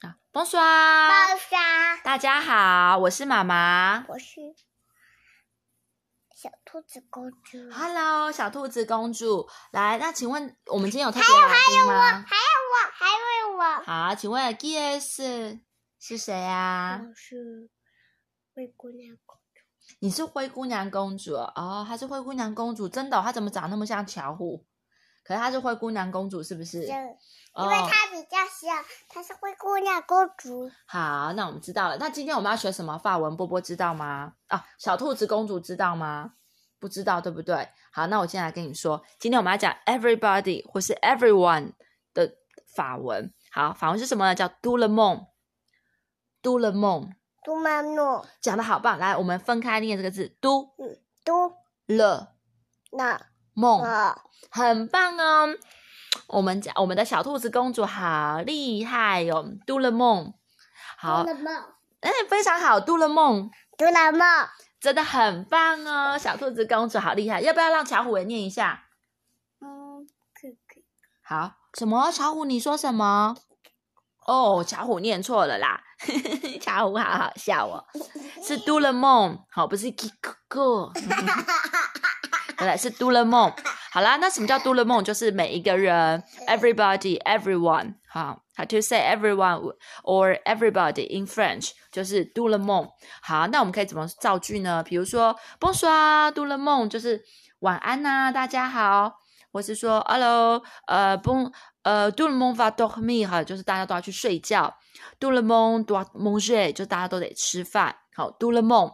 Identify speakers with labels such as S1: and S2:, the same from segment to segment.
S1: 啊 bonsoir，
S2: 抱沙，
S1: 大家好，我是妈妈。
S2: 我是小兔子公主。
S1: Hello，小兔子公主，来，那请问我们今天有特别来宾吗？
S2: 还有我，还有我，
S1: 好，请问 g s 是谁啊？
S2: 我是灰姑娘公主。
S1: 你是灰姑娘公主哦哦，她是灰姑娘公主，真的哦、她怎么长那么像巧虎？可是她是灰姑娘公主，是不是？哦
S2: 因为她比较小，她是灰姑娘公主。
S1: 好，那我们知道了。那今天我们要学什么法文？波波知道吗？啊，小兔子公主知道吗？不知道，对不对？好，那我现在来跟你说，今天我们要讲 everybody 或是 everyone 的法文。好，法文是什么呢？叫 do le monde，do le monde，
S2: 嘟妈诺，
S1: 讲的好棒！来，我们分开念这个字，do
S2: 嘟
S1: le
S2: 那
S1: monde。
S2: 呃，
S1: 很棒哦！我们家我们的小兔子公主好厉害哟、哦，嘟了梦，好，
S2: 梦，
S1: 哎，非常好，嘟了梦，
S2: 嘟了梦，
S1: 真的很棒哦！小兔子公主好厉害，要不要让巧虎也念一下？
S2: 嗯，可以可以。
S1: 好，什么？巧虎，你说什么？哦，巧虎念错了啦， 巧虎好好笑哦，是嘟了梦，好，不是 Kiko，对了，是嘟了梦。好啦，那什么叫嘟了梦？就是每一个人，everybody, everyone，好，how to say everyone or everybody in French，就是嘟了梦。好，那我们可以怎么造句呢？比如说，bonsoir, 嘟了梦，就是晚安呐、大家好。或是说 hello，呃，bon，呃，tout le monde va dormir，哈，就是大家都要去睡觉。tout le monde doit manger，就是大家都得吃饭。好，tout le monde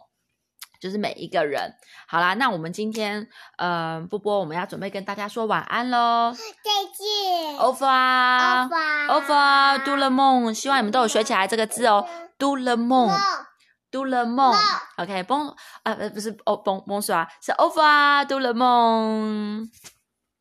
S1: 就是每一个人。好啦，那我们今天，呃，波波，我们要准备跟大家说晚安喽。
S2: 再见。
S1: Au revoir，Au
S2: 巴
S1: revoir，tout le monde，希望你们都有学起来这个字哦。tout le
S2: 梦
S1: monde。Do le 啊 monde，OK，bon，呃，不是哦，bon，bonsoir，是 over，do le monde。